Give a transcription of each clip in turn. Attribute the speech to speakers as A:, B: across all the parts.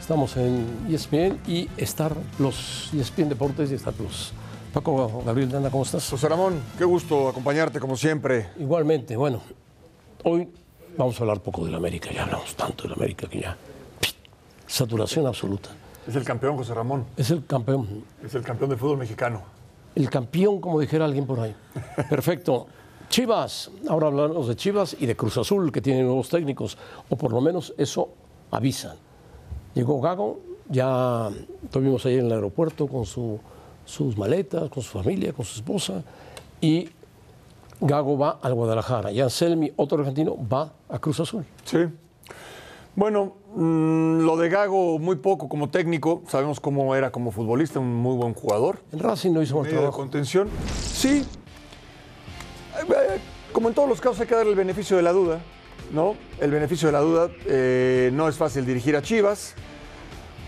A: Estamos en E ESPN y Star Plus, E ESPN Deportes y Star Plus. Paco Gabriel Danda, ¿cómo estás?
B: José Ramón, qué gusto acompañarte como siempre.
A: Igualmente, bueno, hoy vamos a hablar poco del América, ya hablamos tanto del América que ya. Saturación absoluta.
B: Es el campeón, José Ramón.
A: Es el campeón,
B: Es el campeón de fútbol mexicano.
A: el campeón, como dijera alguien por ahí. Perfecto. Chivas, ahora hablamos de Chivas y de Cruz Azul, que tienen nuevos técnicos, o por lo menos eso avisan. Llegó Gago, ya estuvimos ahí en el aeropuerto con su- sus maletas, con su familia, con su esposa, y Gago va al Guadalajara, y Anselmi, otro argentino, va a Cruz Azul.
B: Sí. Bueno, mm, lo de Gago muy poco como técnico. Sabemos cómo era como futbolista, un muy buen jugador.
A: En Racing no hizo mal
B: Medio de
A: trabajo.
B: contención. Sí. Eh, eh, Como en todos los casos hay que darle el beneficio de la duda, ¿no? El beneficio de la duda eh, no es fácil dirigir a Chivas.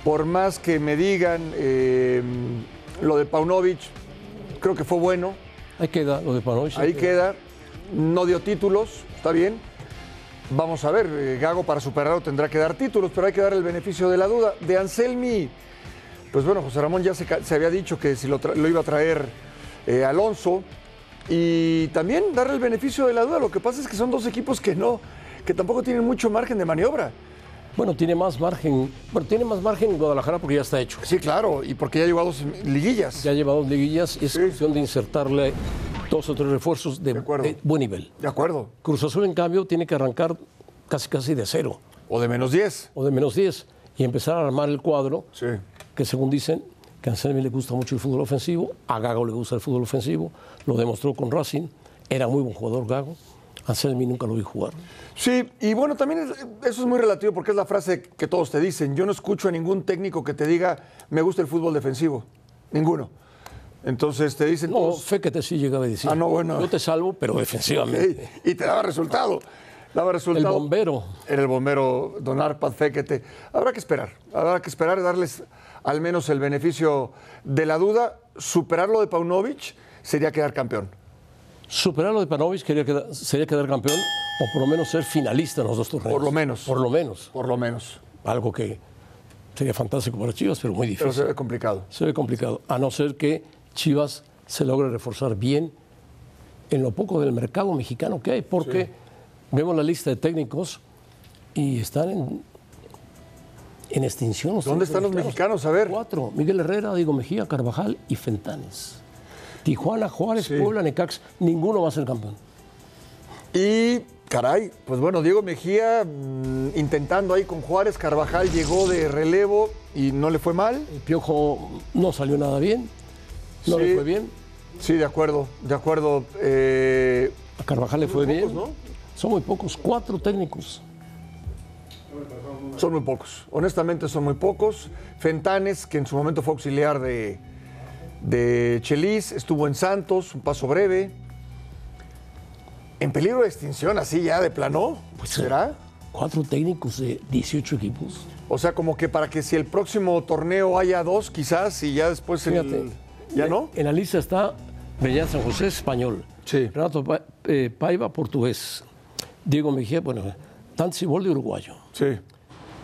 B: Por más que me digan eh, lo de Paunovic, creo que fue bueno.
A: Ahí queda lo de Panovic.
B: Ahí queda. No dio títulos, está bien. Vamos a ver, eh, Gago para superarlo tendrá que dar títulos, pero hay que dar el beneficio de la duda. De Anselmi, pues bueno, José Ramón ya se, ca- se había dicho que si lo, tra- lo iba a traer eh, Alonso. Y también darle el beneficio de la duda. Lo que pasa es que son dos equipos que no, que tampoco tienen mucho margen de maniobra.
A: Bueno, tiene más margen. Bueno, tiene más margen en Guadalajara porque ya está hecho.
B: Sí, claro, y porque ya llegó a dos liguillas.
A: Ya lleva dos liguillas y es
B: Sí.
A: cuestión de insertarle dos o tres refuerzos de,
B: De acuerdo.
A: de buen nivel.
B: De acuerdo.
A: Cruz Azul, en cambio, tiene que arrancar casi casi de cero
B: O de menos 10.
A: o de menos 10 y empezar a armar el cuadro
B: Sí.
A: que, según dicen, que a Anselmi le gusta mucho el fútbol ofensivo, a Gago le gusta el fútbol ofensivo, lo demostró con Racing, era muy buen jugador Gago, Anselmi nunca lo vi jugar.
B: Sí, y bueno, también es- eso es muy relativo porque es la frase que todos te dicen. Yo no escucho a ningún técnico que te diga, me gusta el fútbol defensivo. Ninguno. Entonces te dicen,
A: No,
B: todos,
A: fe que te sí llegaba a decir.
B: Pues Ah, no, bueno.
A: Yo te salvo, pero defensivamente.
B: "Ey", y te daba resultado. Daba
A: El
B: resultado.
A: bombero.
B: Era el bombero Don Arpad Fequete. Habrá que esperar, habrá que esperar, darles al menos el beneficio de la duda. Superar lo de Paunovic sería quedar campeón.
A: Superar lo de Panovic quería quedar- sería quedar campeón o por lo menos ser finalista en los dos torneos.
B: Por lo menos.
A: Por lo menos.
B: Por lo menos.
A: Algo que sería fantástico para Chivas, pero muy
B: Pero
A: difícil.
B: será complicado.
A: Se ve complicado. A no ser que Chivas se logre reforzar bien en lo poco del mercado mexicano que hay, porque vemos la lista de técnicos y están en, en extinción. los
B: ¿Dónde
A: técnicos
B: están los mexicanos? A ver.
A: Cuatro. Miguel Herrera, Diego Mejía, Carvajal y Fentanes. Tijuana, Juárez,
B: Sí.
A: Puebla, Necax. Ninguno va a ser campeón.
B: Y, caray, pues bueno, Diego Mejía mm, intentando ahí con Juárez, Carvajal llegó de relevo y no le fue mal.
A: El Piojo no salió nada bien, no
B: Sí.
A: le fue bien.
B: Sí, de acuerdo, de acuerdo. Eh,
A: A Carvajal le fue bien.
B: pocos, ¿no?
A: Son muy pocos, cuatro técnicos.
B: son muy pocos, honestamente son muy pocos. Fentanes, que en su momento fue auxiliar de, de Chelis, estuvo en Santos, un paso breve. En peligro de extinción, así ya de plano,
A: Pues,
B: ¿será?
A: Cuatro técnicos de 18 equipos.
B: O sea, como que para que si el próximo torneo haya dos, quizás, y ya después el-
A: Fíjate. Eh,
B: ¿Ya no?
A: En la lista está Bellán San José, español.
B: Sí.
A: Renato Pa- eh, Paiva, portugués. Diego Mejía, bueno, Tanziboldi, uruguayo.
B: Sí.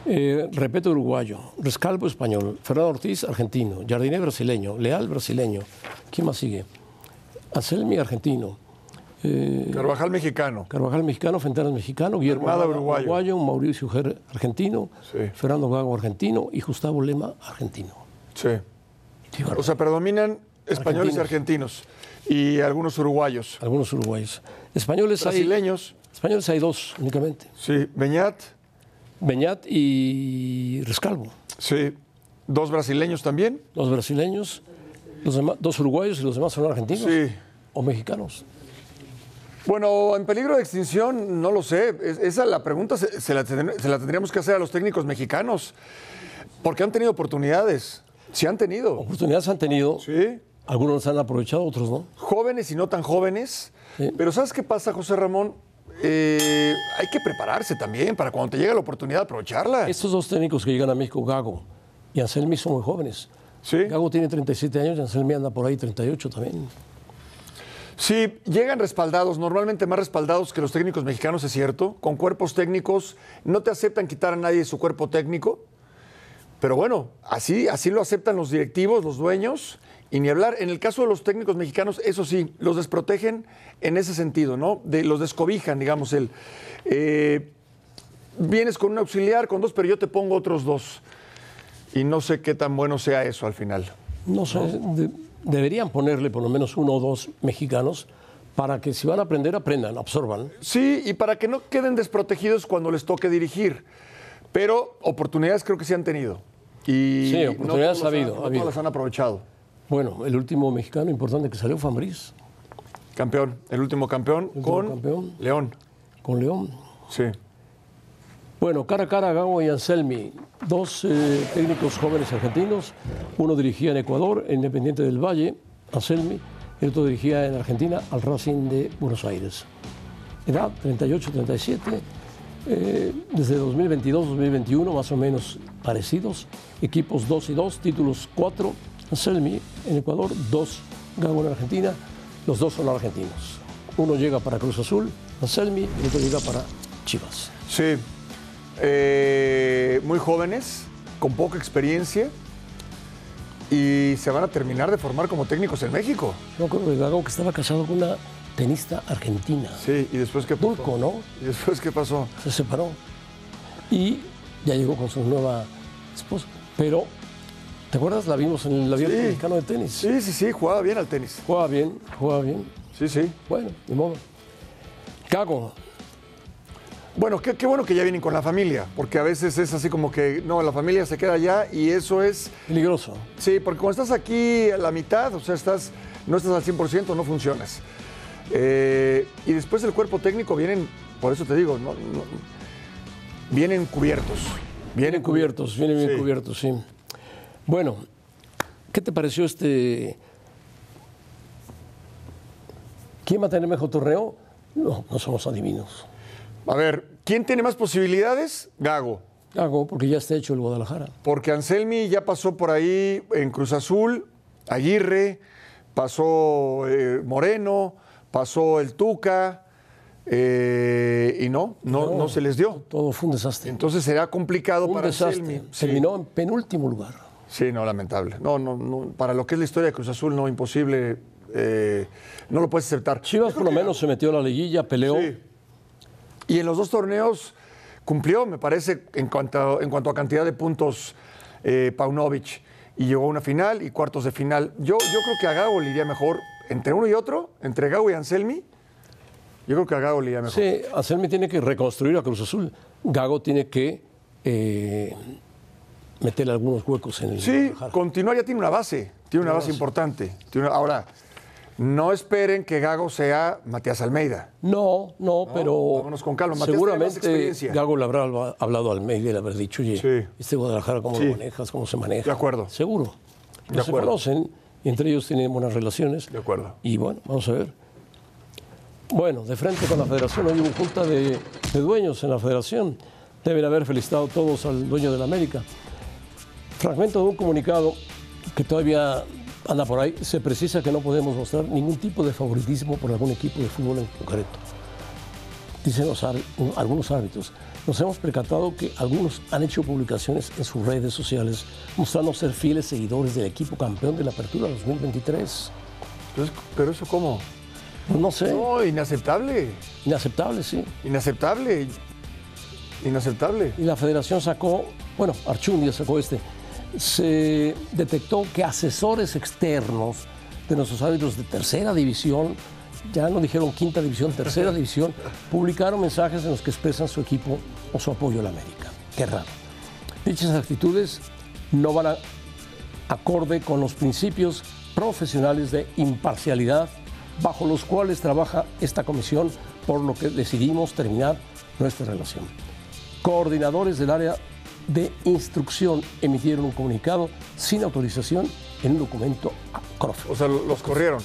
A: Eh, Repeto, uruguayo. Rescalvo, español. Fernando Ortiz, argentino. Jardiné, brasileño. Leal, brasileño. ¿Quién más sigue? Anselmi, argentino.
B: Carvajal mexicano.
A: Carvajal mexicano, Fentanes mexicano, Guillermo
B: Almada,
A: Almada,
B: uruguayo.
A: Mauricio Ger argentino,
B: Sí.
A: Fernando Gago argentino y Gustavo Lema argentino.
B: Sí.
A: Qué bárbaro.
B: O sea, predominan españoles y argentinos y algunos uruguayos.
A: Algunos uruguayos. Españoles hay,
B: Brasileños.
A: españoles hay dos únicamente.
B: Sí, Beñat,
A: Beñat y Rescalvo.
B: Sí. Dos brasileños también.
A: Los brasileños, los demás- dos uruguayos y los demás son argentinos
B: Sí.
A: o mexicanos.
B: Bueno, en peligro de extinción, no lo sé. Es- esa la pregunta se, se la tendr- se la tendríamos que hacer a los técnicos mexicanos. Porque han tenido oportunidades. Sí han tenido.
A: Oportunidades han tenido,
B: Sí.
A: algunos las han aprovechado, otros no.
B: jóvenes y no tan jóvenes.
A: Sí.
B: Pero ¿sabes qué pasa, José Ramón? Eh, hay que prepararse también para cuando te llegue la oportunidad aprovecharla.
A: Estos dos técnicos que llegan a México, Gago y Anselmi, son muy jóvenes.
B: Sí.
A: Gago tiene 37 años y Anselmi anda por ahí 38 también.
B: Sí, llegan respaldados, normalmente más respaldados que los técnicos mexicanos, es cierto, con cuerpos técnicos, no te aceptan quitar a nadie su cuerpo técnico, pero bueno, así, así lo aceptan los directivos, los dueños, y ni hablar. En el caso de los técnicos mexicanos, eso sí, los desprotegen en ese sentido, ¿no? De- los descobijan, digamos, el... eh, vienes con un auxiliar, con dos, pero yo te pongo otros dos. Y no sé qué tan bueno sea eso al final.
A: No sé, de- deberían ponerle por lo menos uno o dos mexicanos para que si van a aprender, aprendan, absorban.
B: Sí, y para que no queden desprotegidos cuando les toque dirigir. Pero oportunidades creo que sí han tenido. Y
A: Sí,
B: no
A: oportunidades
B: todos
A: ha habido,
B: las
A: ha
B: han- No
A: habido.
B: todas las han aprovechado.
A: Bueno, el último mexicano importante que salió fue Ambriz
B: Campeón, el último campeón con
A: campeón.
B: León.
A: con León.
B: Sí.
A: Bueno, cara a cara, Gago y Anselmi, dos eh, técnicos jóvenes argentinos. Uno dirigía en Ecuador, en Independiente del Valle, Anselmi. El otro dirigía en Argentina, al Racing de Buenos Aires. Edad 38, 37. eh, desde 2022, 2021, más o menos parecidos. Equipos 2 y 2, títulos 4. Anselmi en Ecuador, 2 Gago en Argentina. Los dos son argentinos. Uno llega para Cruz Azul, Anselmi, el otro llega para Chivas.
B: Sí. Eh, muy jóvenes, con poca experiencia. Y se van a terminar de formar como técnicos en México.
A: No creo que Gago que estaba casado con una tenista argentina.
B: Sí, y después qué pasó.
A: Dulco, ¿no?
B: ¿Y después qué pasó?
A: Se separó. Y ya llegó con su nueva esposa. Pero, ¿te acuerdas? La vimos en el abierto
B: Sí.
A: mexicano de tenis.
B: Sí, sí, sí, jugaba bien al tenis.
A: Juega bien, juega bien.
B: Sí, sí.
A: Bueno, de modo. Gago,
B: Bueno, qué, qué bueno que ya vienen con la familia, porque a veces es así como que, no, la familia se queda allá y eso es,
A: peligroso.
B: sí, porque cuando estás aquí a la mitad, o sea, estás, no estás al 100%, no funcionas. Eh, y después el cuerpo técnico vienen, por eso te digo, no- no- vienen cubiertos.
A: Vienen cubiertos, vienen bien
B: Sí.
A: cubiertos, sí. Bueno, ¿qué te pareció este. ¿Quién va a tener mejor torneo? No, no somos adivinos.
B: A ver, ¿quién tiene más posibilidades? Gago,
A: Gago, porque ya está hecho el Guadalajara.
B: porque Anselmi ya pasó por ahí en Cruz Azul, Aguirre, pasó eh, Moreno, pasó el Tuca, eh, y no, no, no se les dio.
A: Todo fue un desastre.
B: Entonces será complicado
A: Un
B: para
A: desastre.
B: Anselmi. Sí.
A: Terminó en penúltimo lugar.
B: Sí, no, lamentable. No, no, no, para lo que es la historia de Cruz Azul, no, imposible. eh, no lo puedes aceptar.
A: Chivas por lo menos se metió a la liguilla, peleó.
B: Sí. Y en los dos torneos cumplió, me parece, en cuanto, en cuanto a cantidad de puntos eh, Paunovic. Y llegó a una final y cuartos de final. Yo, yo creo que a Gago le iría mejor entre uno y otro, entre Gago y Anselmi. Yo creo que a Gago le iría mejor.
A: Sí, Anselmi tiene que reconstruir a Cruz Azul. Gago tiene que eh, meterle algunos huecos en el.
B: Sí, continuar ya tiene una base, tiene una base importante. Tiene una- ahora, no esperen que Gago sea Matías Almeida.
A: No, no, pero.
B: vámonos con calma. Matías tiene más
A: seguramente
B: experiencia.
A: Gago le habrá alba- hablado al medio y le habrá dicho, oye,
B: Sí.
A: este Guadalajara, ¿cómo
B: Sí.
A: lo manejas? ¿Cómo se maneja?
B: De acuerdo.
A: Seguro. No
B: De
A: se
B: acuerdo.
A: conocen, y entre ellos tienen buenas relaciones.
B: De acuerdo.
A: Y bueno, vamos a ver. Bueno, de frente con la federación, hoy hubo junta de, de dueños en la federación. Deben haber felicitado todos al dueño de la América. Fragmento de un comunicado que todavía anda por ahí. Se precisa que no podemos mostrar ningún tipo de favoritismo por algún equipo de fútbol en concreto. Dicen los ar- algunos árbitros. Nos hemos percatado que algunos han hecho publicaciones en sus redes sociales mostrando ser fieles seguidores del equipo campeón de la Apertura 2023.
B: Entonces, ¿pero eso cómo?
A: Pues no sé,
B: No, inaceptable.
A: inaceptable, sí.
B: Inaceptable. Inaceptable.
A: y la federación sacó, bueno, Archundia sacó este, se detectó que asesores externos de nuestros árbitros de tercera división, ya no dijeron quinta división, tercera división, publicaron mensajes en los que expresan su equipo o su apoyo a la América. Qué raro. Dichas actitudes no van a acorde con los principios profesionales de imparcialidad bajo los cuales trabaja esta comisión, por lo que decidimos terminar nuestra relación. Coordinadores del área de instrucción emitieron un comunicado sin autorización en un documento acrófilo.
B: O sea, lo- los corrieron.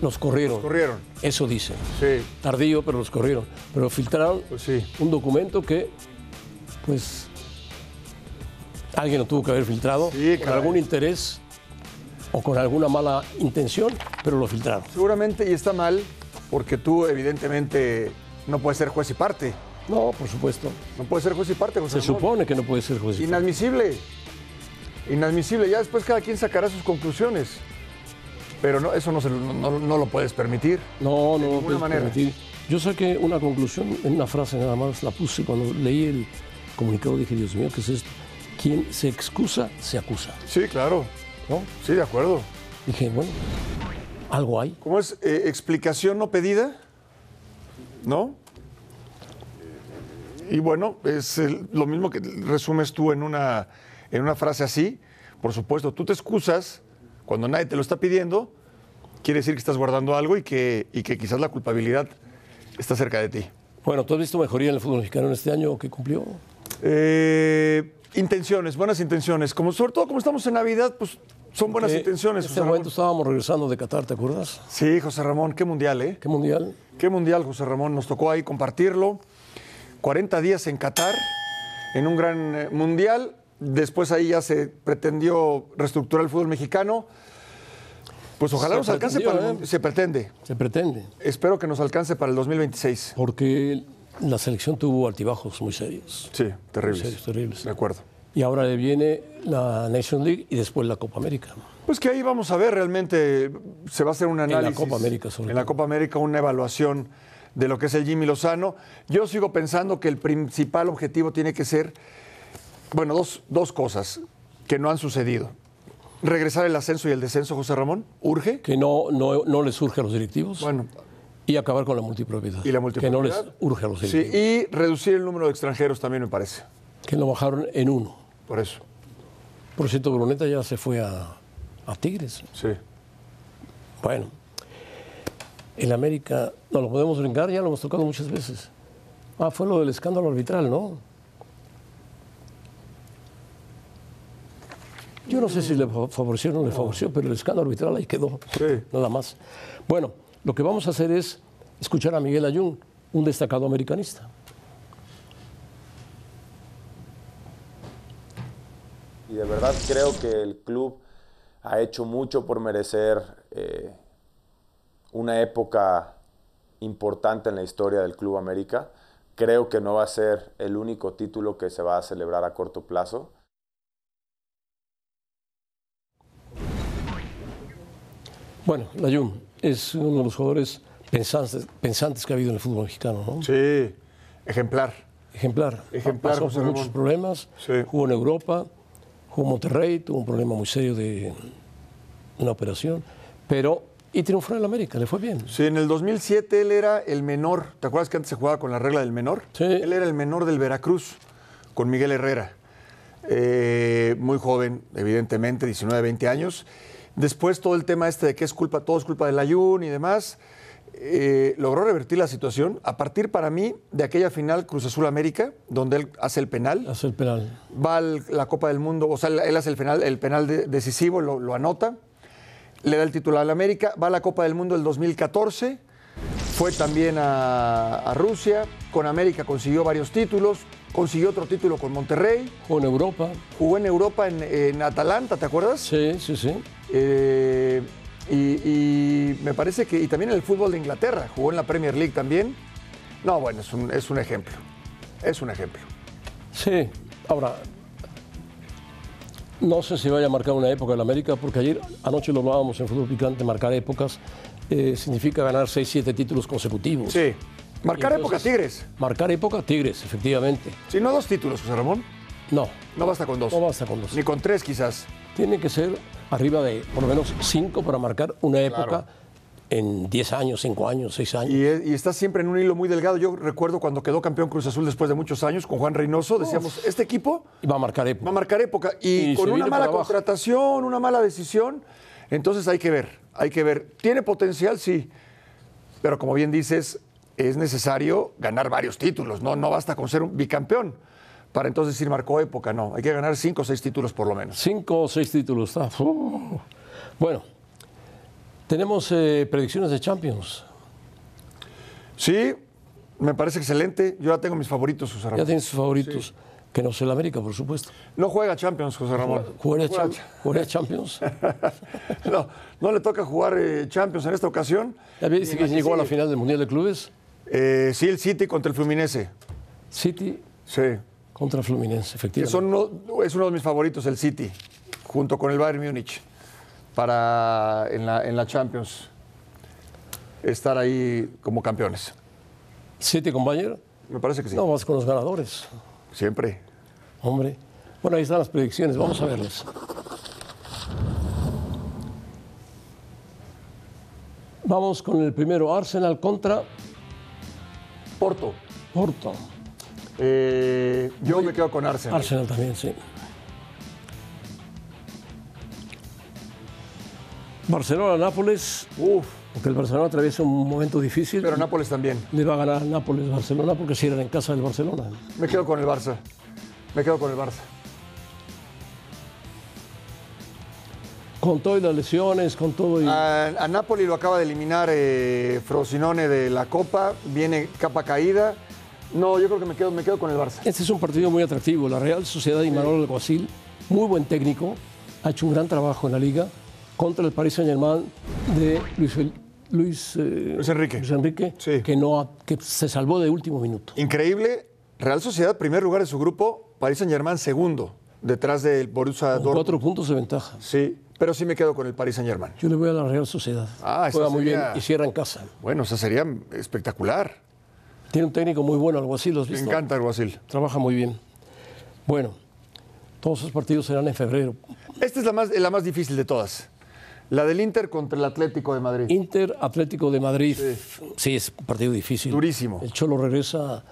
A: Los corrieron.
B: Los corrieron.
A: Eso dicen.
B: Sí,
A: Tardío, pero los corrieron. Pero filtraron
B: pues sí.
A: un documento que, pues, alguien lo tuvo que haber filtrado
B: Sí,
A: con
B: caray.
A: algún interés o con alguna mala intención, pero lo filtraron.
B: Seguramente, y está mal, porque tú evidentemente no puedes ser juez y parte.
A: No, por supuesto.
B: No puedes ser juez y parte, José
A: Se
B: Ramón.
A: supone que no puede ser juez.
B: Inadmisible. Inadmisible. Ya después cada quien sacará sus conclusiones. Pero no, eso no, se, no, no- no lo puedes permitir.
A: No, no,
B: ninguna
A: puedes
B: manera.
A: permitir. Yo saqué una conclusión en una frase nada más, la puse cuando leí el comunicado, dije, Dios mío, ¿qué es esto? Quien se excusa, se acusa.
B: Sí, claro.
A: ¿no?
B: Sí, de acuerdo.
A: Dije, bueno, algo hay.
B: ¿Cómo es? Eh, ¿Explicación no pedida? ¿No? Y bueno, es el- lo mismo que resumes tú en una, en una frase así. Por supuesto, tú te excusas cuando nadie te lo está pidiendo. Quiere decir que estás guardando algo y que, y que quizás la culpabilidad está cerca de ti.
A: Bueno, ¿tú has visto mejoría en el fútbol mexicano en este año que cumplió?
B: Eh, intenciones, buenas intenciones. Como, sobre todo como estamos en Navidad, pues son buenas
A: Eh,
B: intenciones.
A: En
B: José
A: este
B: Ramón.
A: momento estábamos regresando de Qatar, ¿te acuerdas?
B: Sí, José Ramón, qué mundial, ¿eh?
A: ¿Qué mundial?
B: Qué mundial, José Ramón. Nos tocó ahí compartirlo. 40 días en Qatar, en un gran eh, mundial. Después ahí ya se pretendió reestructurar el fútbol mexicano. Pues ojalá
A: Se
B: nos alcance
A: pretendió,
B: para el
A: ¿eh?
B: mun- Se pretende.
A: Se pretende.
B: Espero que nos alcance para el 2026.
A: Porque la selección tuvo altibajos muy serios.
B: Sí, terrible.
A: Serios, terribles.
B: De acuerdo.
A: Y ahora le viene la Nation League y después la Copa América.
B: Pues que ahí vamos a ver realmente, se va a hacer un
A: la
B: análisis.
A: Copa América, sobre
B: En la
A: todo.
B: Copa América, una evaluación de lo que es el Jimmy Lozano. Yo sigo pensando que el principal objetivo tiene que ser, bueno, dos, dos cosas que no han sucedido. Regresar el ascenso y el descenso, José Ramón, urge.
A: Que no, no, no les surge a los directivos.
B: Bueno,
A: Y acabar con la multipropiedad.
B: Y
A: Que
B: la
A: no
B: multipropiedad.
A: les urge a los
B: sí,
A: directivos.
B: y reducir el número de extranjeros también me parece,
A: Que lo bajaron en uno.
B: por eso.
A: Por cierto, Bruneta ya se fue a, a Tigres.
B: Sí.
A: Bueno, el América, no lo podemos brincar, ya lo hemos tocado muchas veces. Ah, fue lo del escándalo arbitral, ¿no? Yo no sé si le fa- favoreció o no le favoreció, pero el escándalo arbitral ahí quedó,
B: Sí.
A: nada más. Bueno, lo que vamos a hacer es escuchar a Miguel Ayun, un destacado americanista.
C: y de verdad creo que el club ha hecho mucho por merecer eh, una época importante en la historia del Club América. Creo que no va a ser el único título que se va a celebrar a corto plazo.
A: Bueno, Ayun es uno de los jugadores pensantes, pensantes que ha habido en el fútbol mexicano, ¿no?
B: Sí, ejemplar.
A: Ejemplar.
B: Ejemplar,
A: Pasó
B: José
A: por
B: Ramón.
A: muchos problemas.
B: Sí.
A: Jugó en Europa, jugó en Monterrey, tuvo un problema muy serio de una operación. Pero, y triunfó en el América, le fue bien.
B: Sí, en el 2007 él era el menor. ¿Te acuerdas que antes se jugaba con la regla del menor?
A: Sí.
B: Él era el menor del Veracruz, con Miguel Herrera. Eh, muy joven, evidentemente, 19, 20 años. Después todo el tema este de que es culpa, todo es culpa del Ayun y demás. eh, logró revertir la situación a partir para mí de aquella final Cruz Azul América, donde él hace el penal
A: Hace el penal.
B: va a la Copa del Mundo, o sea, él hace el penal, el penal de- decisivo, lo, lo anota, le da el título al América, va a la Copa del Mundo el 2014, fue también a, a Rusia, con América consiguió varios títulos, consiguió otro título con Monterrey,
A: Jugó en Europa.
B: jugó en Europa en, en Atalanta, ¿te acuerdas?
A: Sí, sí, sí.
B: Eh, y, y me parece que, y también en el fútbol de Inglaterra, jugó en la Premier League también. No, bueno, es un, es un ejemplo, es un ejemplo.
A: Sí. Ahora, no sé si vaya a marcar una época en el América, porque ayer, anoche lo hablábamos en Fútbol Picante, marcar épocas eh, significa ganar 6, 7 títulos consecutivos.
B: Sí, marcar
A: Y
B: época
A: entonces-
B: Tigres.
A: Marcar época, Tigres, efectivamente.
B: Si no dos títulos, José Ramón,
A: No,
B: no basta con dos.
A: no basta con dos.
B: Ni con tres, quizás.
A: Tiene que ser arriba de por lo menos cinco para marcar una época en 10 años, 5 años, 6 años.
B: Y, es- y está siempre en un hilo muy delgado. Yo recuerdo cuando quedó campeón Cruz Azul después de muchos años con Juan Reynoso, decíamos, este equipo
A: Y va a marcar
B: va a
A: época.
B: marcar época. Y,
A: Y
B: con
A: se
B: una
A: viene para
B: mala
A: abajo.
B: contratación, una mala decisión, entonces hay que ver, hay que ver. ¿Tiene potencial? Sí. Pero como bien dices, es necesario ganar varios títulos, no, no basta con ser un bicampeón. Para entonces decir marcó época, no. Hay que ganar cinco o seis títulos por lo menos.
A: Cinco o seis títulos. está. Fu. Bueno, tenemos eh, predicciones de Champions.
B: Sí, me parece excelente. Yo ya tengo mis favoritos, José
A: Ya
B: Ramón.
A: tienen sus favoritos. Que no es el América, por supuesto.
B: No juega Champions, José Ramón.
A: ¿Jugaría,
B: Juega
A: Cham- jugaría Champions?
B: No, no le toca jugar eh, Champions en esta ocasión.
A: ¿Ya viste que llegó a la final del Mundial de Clubes?
B: Eh, sí, el City contra el Fluminense.
A: City
B: Sí.
A: contra Fluminense,
B: Que
A: efectivamente.
B: son uno- es uno de mis favoritos, el City, junto con el Bayern Múnich, para en la, en la Champions estar ahí como campeones.
A: ¿City con Bayern?
B: Me parece que sí.
A: No, vas con los ganadores,
B: Siempre.
A: hombre. Bueno, ahí están las predicciones, vamos a verlas. Vamos con el primero, Arsenal contra
B: Porto.
A: Porto.
B: Eh, yo me quedo con Arsenal.
A: Arsenal también, sí. Barcelona-Nápoles,
B: Uf,
A: porque el Barcelona atraviesa un momento difícil.
B: pero Nápoles también.
A: Le va a ganar Nápoles Barcelona porque cierran en casa del Barcelona.
B: Me quedo con el Barça. Me quedo con el Barça.
A: Con todo y las lesiones, con todo y.
B: A, a Napoli lo acaba de eliminar eh, Frosinone de la Copa. Viene capa caída. No, yo creo que me quedo, me quedo con el Barça.
A: Este es un partido muy atractivo. La Real Sociedad y Manolo Alguacil, muy buen técnico, ha hecho un gran trabajo en la liga contra el Paris Saint-Germain de Luis, Fel- Luis, eh,
B: Luis Enrique.
A: Luis Enrique,
B: Sí.
A: que, no ha- que se salvó de último minuto.
B: Increíble. Real Sociedad, primer lugar de su grupo. París Saint Germain, segundo. Detrás del Borussia
A: Con
B: Dortmund.
A: cuatro puntos de ventaja.
B: Sí, pero sí me quedo con el París Saint Germain.
A: Yo le voy a la Real Sociedad.
B: Ah, esa
A: Juega muy bien
B: sería-
A: y cierra en casa.
B: Bueno, o sea, sería espectacular.
A: Tiene un técnico muy bueno, Alguacil, ¿lo has
B: Me
A: visto?
B: encanta el Brasil.
A: Trabaja muy bien. Bueno, todos esos partidos serán en febrero.
B: Esta es la más, la más difícil de todas. La del Inter contra el Atlético de Madrid.
A: Inter Atlético de Madrid. Sí, es un partido difícil.
B: Durísimo.
A: El Cholo regresa,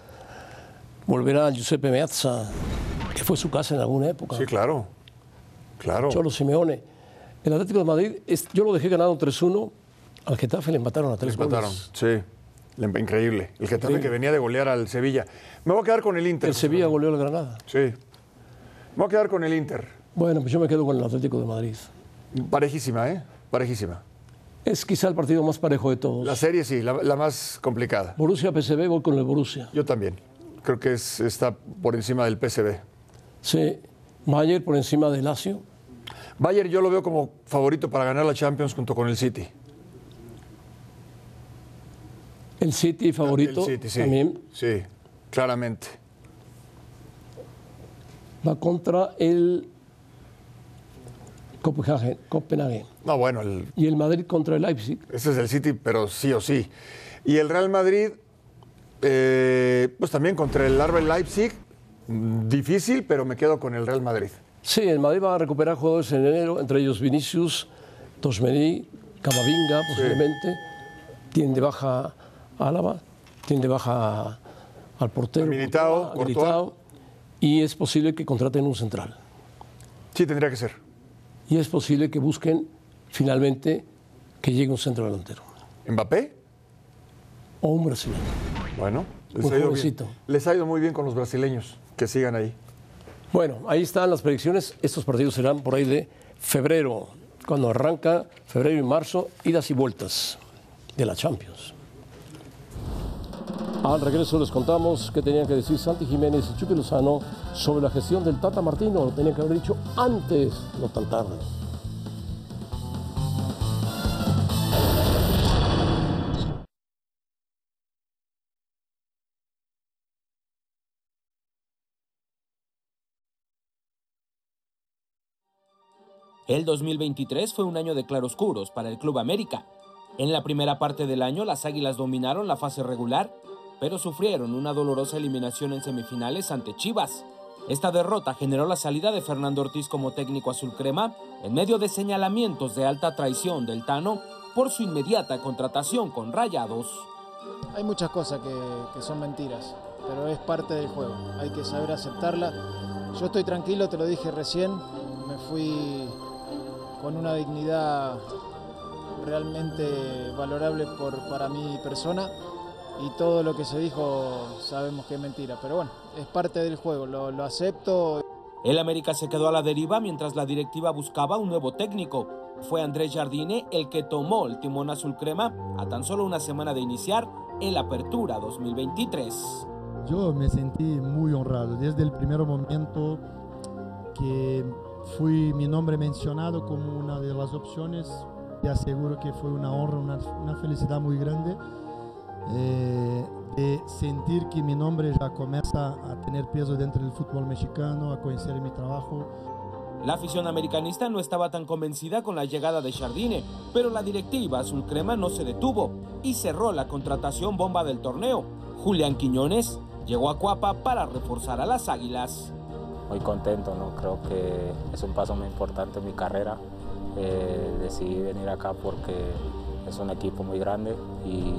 A: volverá a Giuseppe Meazza, que fue su casa en alguna época.
B: Sí, claro. Claro.
A: Cholo Simeone. El Atlético de Madrid, es- yo lo dejé ganado 3-1. Al Getafe le empataron a tres
B: Les mataron.
A: goles.
B: Sí. Le- Increíble. El Getafe que venía de golear al Sevilla. Me voy a quedar con el Inter.
A: El Sevilla goleó al Granada.
B: Sí. Me voy a quedar con el Inter.
A: Bueno, pues yo me quedo con el Atlético de Madrid.
B: Parejísima, ¿eh? Parejísima.
A: Es quizá el partido más parejo de todos.
B: La serie sí, la, la más complicada.
A: Borussia PSV, voy con el Borussia.
B: Yo también. Creo que es- está por encima del PSV.
A: Sí, Mayer por encima de Lazio.
B: Bayern yo lo veo como favorito para ganar la Champions junto con el City.
A: El City favorito
B: el City, sí.
A: también
B: Sí, claramente.
A: va contra el Copenhague, Copenhague.
B: No, bueno, el-
A: y el Madrid contra el Leipzig.
B: ese es el City, pero sí o sí. Y el Real Madrid, eh, pues también contra el Arbel Leipzig, mm, difícil, pero me quedo con el Real Madrid.
A: Sí, el Madrid va a recuperar jugadores en enero, entre ellos Vinicius, Tosmení, Camavinga posiblemente. Tiene de baja a Álava, tiene de baja al portero.
B: A Militao,
A: Courtois, a Militao, y es posible que contraten un central.
B: Sí, tendría que ser.
A: Y es posible que busquen finalmente que llegue un centro delantero
B: ¿Mbappé?
A: o un brasileño.
B: Bueno, les
A: Muy
B: ha, ido bien.
A: jovencito.
B: les ha ido muy bien con los brasileños, que sigan ahí.
A: Bueno, ahí están las predicciones. Estos partidos serán por ahí de febrero, cuando arranca febrero y marzo, idas y vueltas de la Champions. Al regreso les contamos qué tenían que decir Santi Jiménez y Chucky Lozano sobre la gestión del Tata Martino. Lo tenían que haber dicho antes, no tan tarde.
D: El 2023 fue un año de claroscuros para el Club América. En la primera parte del año las Águilas dominaron la fase regular, pero sufrieron una dolorosa eliminación en semifinales ante Chivas. Esta derrota generó la salida de Fernando Ortiz como técnico azul crema en medio de señalamientos de alta traición del Tano por su inmediata contratación con Rayados.
E: Hay muchas cosas que, que son mentiras, pero es parte del juego. Hay que saber aceptarla. Yo estoy tranquilo, te lo dije recién. Me fui con una dignidad realmente valorable por, para mi persona y todo lo que se dijo sabemos que es mentira, pero bueno, es parte del juego, lo, lo, acepto.
D: El América se quedó a la deriva mientras la directiva buscaba un nuevo técnico. Fue Andrés Jardine el que tomó el timón azul crema a tan solo una semana de iniciar el Apertura 2023.
F: Yo me sentí muy honrado desde el primer momento que fui mi nombre mencionado como una de las opciones. Te aseguro que fue una honra, una, una felicidad muy grande. Eh, de sentir que mi nombre ya comienza a tener peso dentro del fútbol mexicano, a conocer mi trabajo.
D: La afición americanista no estaba tan convencida con la llegada de Jardine, pero la directiva Azul Crema no se detuvo y cerró la contratación bomba del torneo. Julián Quiñones llegó a Cuapa para reforzar a las Águilas.
G: Muy contento, ¿no? creo que es un paso muy importante en mi carrera. Eh, decidí venir acá porque es un equipo muy grande y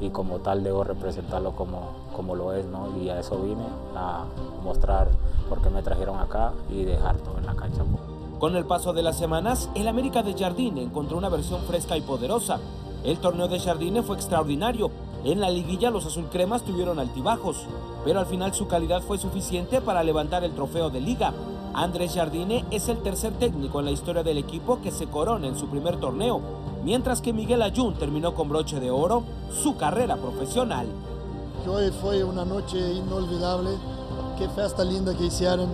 G: y como tal debo representarlo como, como lo es, ¿no? Y a eso vine, a mostrar por qué me trajeron acá y dejar todo en la cancha. pues.
D: Con el paso de las semanas, el América de Jardine encontró una versión fresca y poderosa. El torneo de Jardine fue extraordinario. En la liguilla los azulcremas tuvieron altibajos, pero al final su calidad fue suficiente para levantar el trofeo de liga. Andrés Jardine es el tercer técnico en la historia del equipo que se corona en su primer torneo, mientras que Miguel Ayun terminó con broche de oro su carrera profesional.
H: Hoy fue una noche inolvidable, qué fiesta linda que hicieron.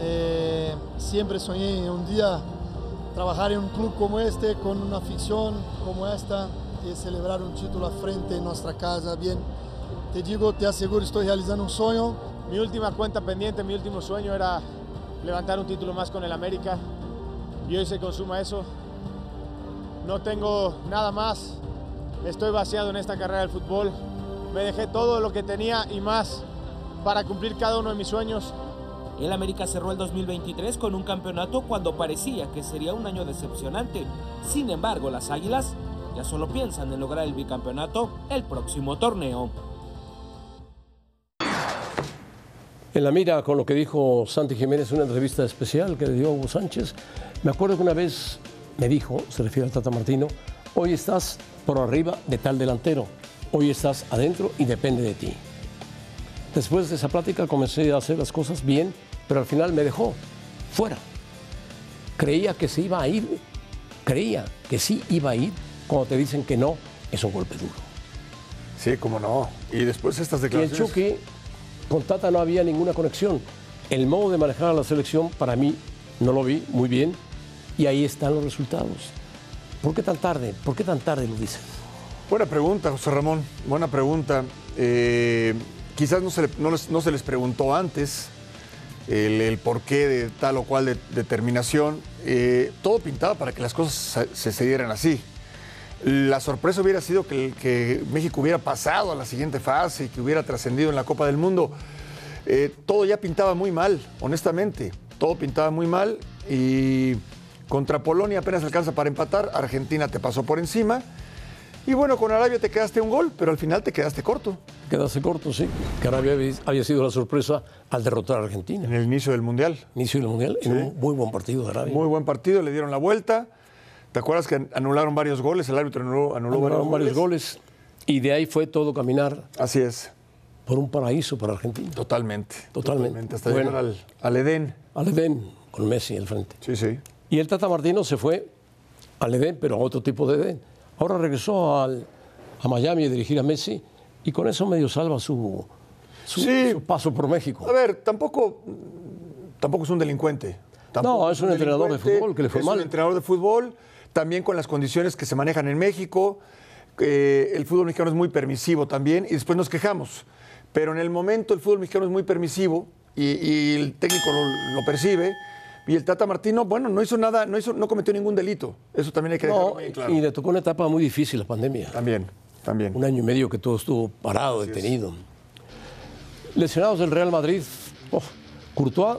H: Eh, siempre soñé un día trabajar en un club como este, con una afición como esta y celebrar un título a frente en nuestra casa. Bien, te digo, te aseguro, estoy realizando un sueño.
E: Mi última cuenta pendiente, mi último sueño era levantar un título más con el América y hoy se consuma eso. No tengo nada más, estoy vaciado en esta carrera del fútbol. Me dejé todo lo que tenía y más para cumplir cada uno de mis sueños.
D: El América cerró el 2023 con un campeonato cuando parecía que sería un año decepcionante. Sin embargo, las Águilas ya solo piensan en lograr el bicampeonato el próximo torneo.
A: En la mira con lo que dijo Santi Jiménez una entrevista especial que le dio Hugo Sánchez. Me acuerdo que una vez me dijo, se refiere al Tata Martino, hoy estás por arriba de tal delantero, hoy estás adentro y depende de ti. Después de esa plática comencé a hacer las cosas bien, pero al final me dejó fuera. Creía que se iba a ir, creía que sí iba a ir, cuando te dicen que no, es un golpe duro.
B: Sí, cómo no. Y después estas declaraciones...
A: Y el Chucky con Tata no había ninguna conexión. El modo de manejar a la selección, para mí, no lo vi muy bien. Y ahí están los resultados. ¿Por qué tan tarde? ¿Por qué tan tarde lo dicen?
B: Buena pregunta, José Ramón. Buena pregunta. Eh, quizás no se, le, no, les, no se, les, preguntó antes el, el, porqué de tal o cual de, determinación. Eh, todo pintaba para que las cosas se, se dieran así. La sorpresa hubiera sido que, que, México hubiera pasado a la siguiente fase y que hubiera trascendido en la Copa del Mundo. Eh, todo ya pintaba muy mal, honestamente. Todo pintaba muy mal y contra Polonia apenas alcanza para empatar. Argentina te pasó por encima. Y bueno, con Arabia te quedaste un gol, pero al final te quedaste corto.
A: Quedaste corto, sí. Que Arabia había sido la sorpresa al derrotar a Argentina.
B: En el inicio del Mundial.
A: Inicio del Mundial, sí. en un muy buen partido de Arabia.
B: Muy buen partido, le dieron la vueltra. ¿Te acuerdas que anularon varios goles? El árbitro anuló, anuló
A: varios, varios goles. Y de ahí fue todo caminar.
B: Así es.
A: Por un paraíso para Argentina.
B: Totalmente.
A: Totalmente. totalmente.
B: Hasta bueno, llegar al, al, Edén.
A: Al Edén, con Messi al frente.
B: Sí, sí.
A: Y el Tata Martino se fue al Edén, pero a otro tipo de Edén. Ahora regresó al, a Miami a dirigir a Messi y con eso medio salva su, su, sí. su paso por México.
B: A ver, tampoco, tampoco es un delincuente. Tampoco
A: no, es un, un entrenador de fútbol que le fue
B: es
A: mal.
B: Es un entrenador de fútbol también con las condiciones que se manejan en México. Eh, el fútbol mexicano es muy permisivo también y después nos quejamos. Pero en el momento el fútbol mexicano es muy permisivo y, y el técnico lo, lo, percibe. Y el Tata Martino, bueno, no hizo nada, no, hizo, no cometió ningún delito. Eso también hay que dejarlo no, muy claro.
A: Y le tocó una etapa muy difícil, la pandemia.
B: También, también.
A: Un año y medio que todo estuvo parado, Así detenido. Es. Lesionados del Real Madrid, oh, Courtois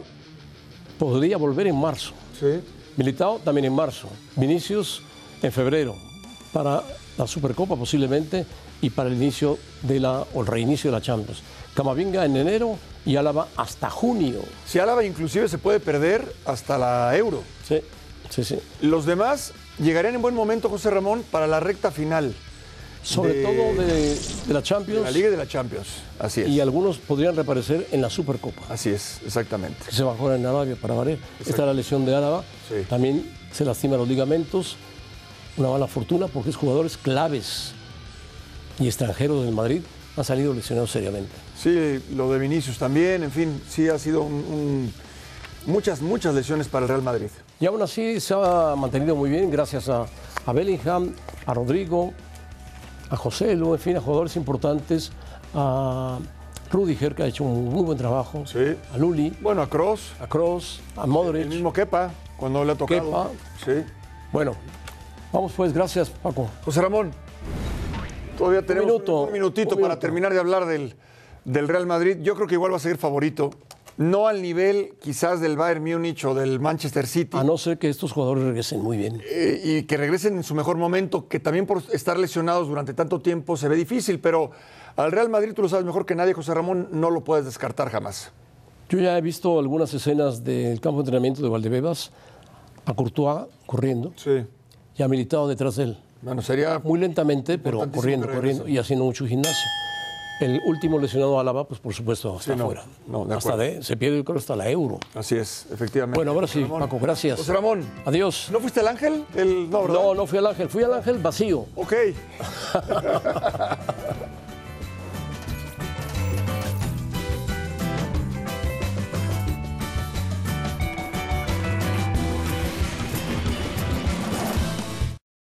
A: podría volver en marzo.
B: Sí.
A: Militao también en marzo. Vinicius en febrero. para la Supercopa posiblemente y para el inicio de la, o el reinicio de la Champions. Camavinga en enero y Álava hasta junio.
B: Si Álava inclusive se puede perder hasta la Euro.
A: Sí, sí, sí.
B: Los demás llegarían en buen momento, José Ramón, para la recta final.
A: Sobre
B: de-
A: todo de, de la
B: de
A: Champions
B: la Liga y de la Champions. Así es.
A: y algunos podrían reaparecer en la Supercopa.
B: Así es, exactamente.
A: que se bajó en Arabia para variar. Esta es la lesión de Álava.
B: Sí.
A: También se lastima los ligamentos. Una mala fortuna porque es jugadores claves y extranjeros del Madrid han salido lesionados seriamente.
B: Sí, lo de Vinicius también, en fin, sí ha sido un- un- muchas, muchas lesiones para el Real Madrid.
A: Y aún así se ha mantenido muy bien gracias a, a Bellingham, a Rodrigo, a José Lu, en fin, a jugadores importantes, a Rudiger, que ha hecho un muy buen trabajo,
B: Sí.
A: a Luli,
B: Bueno, a Cross,
A: a Kroos, a
B: el
A: Modric.
B: mismo Kepa, cuando le ha tocado.
A: Kepa.
B: Sí.
A: Bueno, vamos pues, gracias Paco.
B: José Ramón, todavía tenemos un,
A: minuto,
B: un
A: un
B: minutito para
A: minuto.
B: terminar de hablar del, del Real Madrid. Yo creo que igual va a seguir favorito. No al nivel quizás del Bayern Múnich o del Manchester City.
A: A Ah, no ser que estos jugadores regresen muy bien.
B: eh, y que regresen en su mejor momento, que también por estar lesionados durante tanto tiempo se ve difícil, pero al Real Madrid tú lo sabes mejor que nadie, José Ramón, no lo puedes descartar jamás.
A: Yo ya he visto algunas escenas del campo de entrenamiento de Valdebebas a Courtois corriendo
B: Sí.
A: y ha militado detrás de él.
B: Bueno, sería...
A: Muy lentamente, pero
B: Importantísimo
A: corriendo,
B: que regrese.
A: corriendo y haciendo mucho gimnasio. El último lesionado Álava, pues por supuesto, hasta
B: Sí, no,
A: afuera.
B: no, de
A: hasta
B: acuerdo.
A: de- se pierde yo creo, hasta la euro.
B: Así es, efectivamente.
A: Bueno, ahora sí,
B: José Ramón.
A: Paco, gracias.
B: José Ramón,
A: Adiós.
B: ¿no fuiste el ángel? El... No, ¿verdad?
A: No, no fui al ángel, fui al ángel vacío.
B: Ok.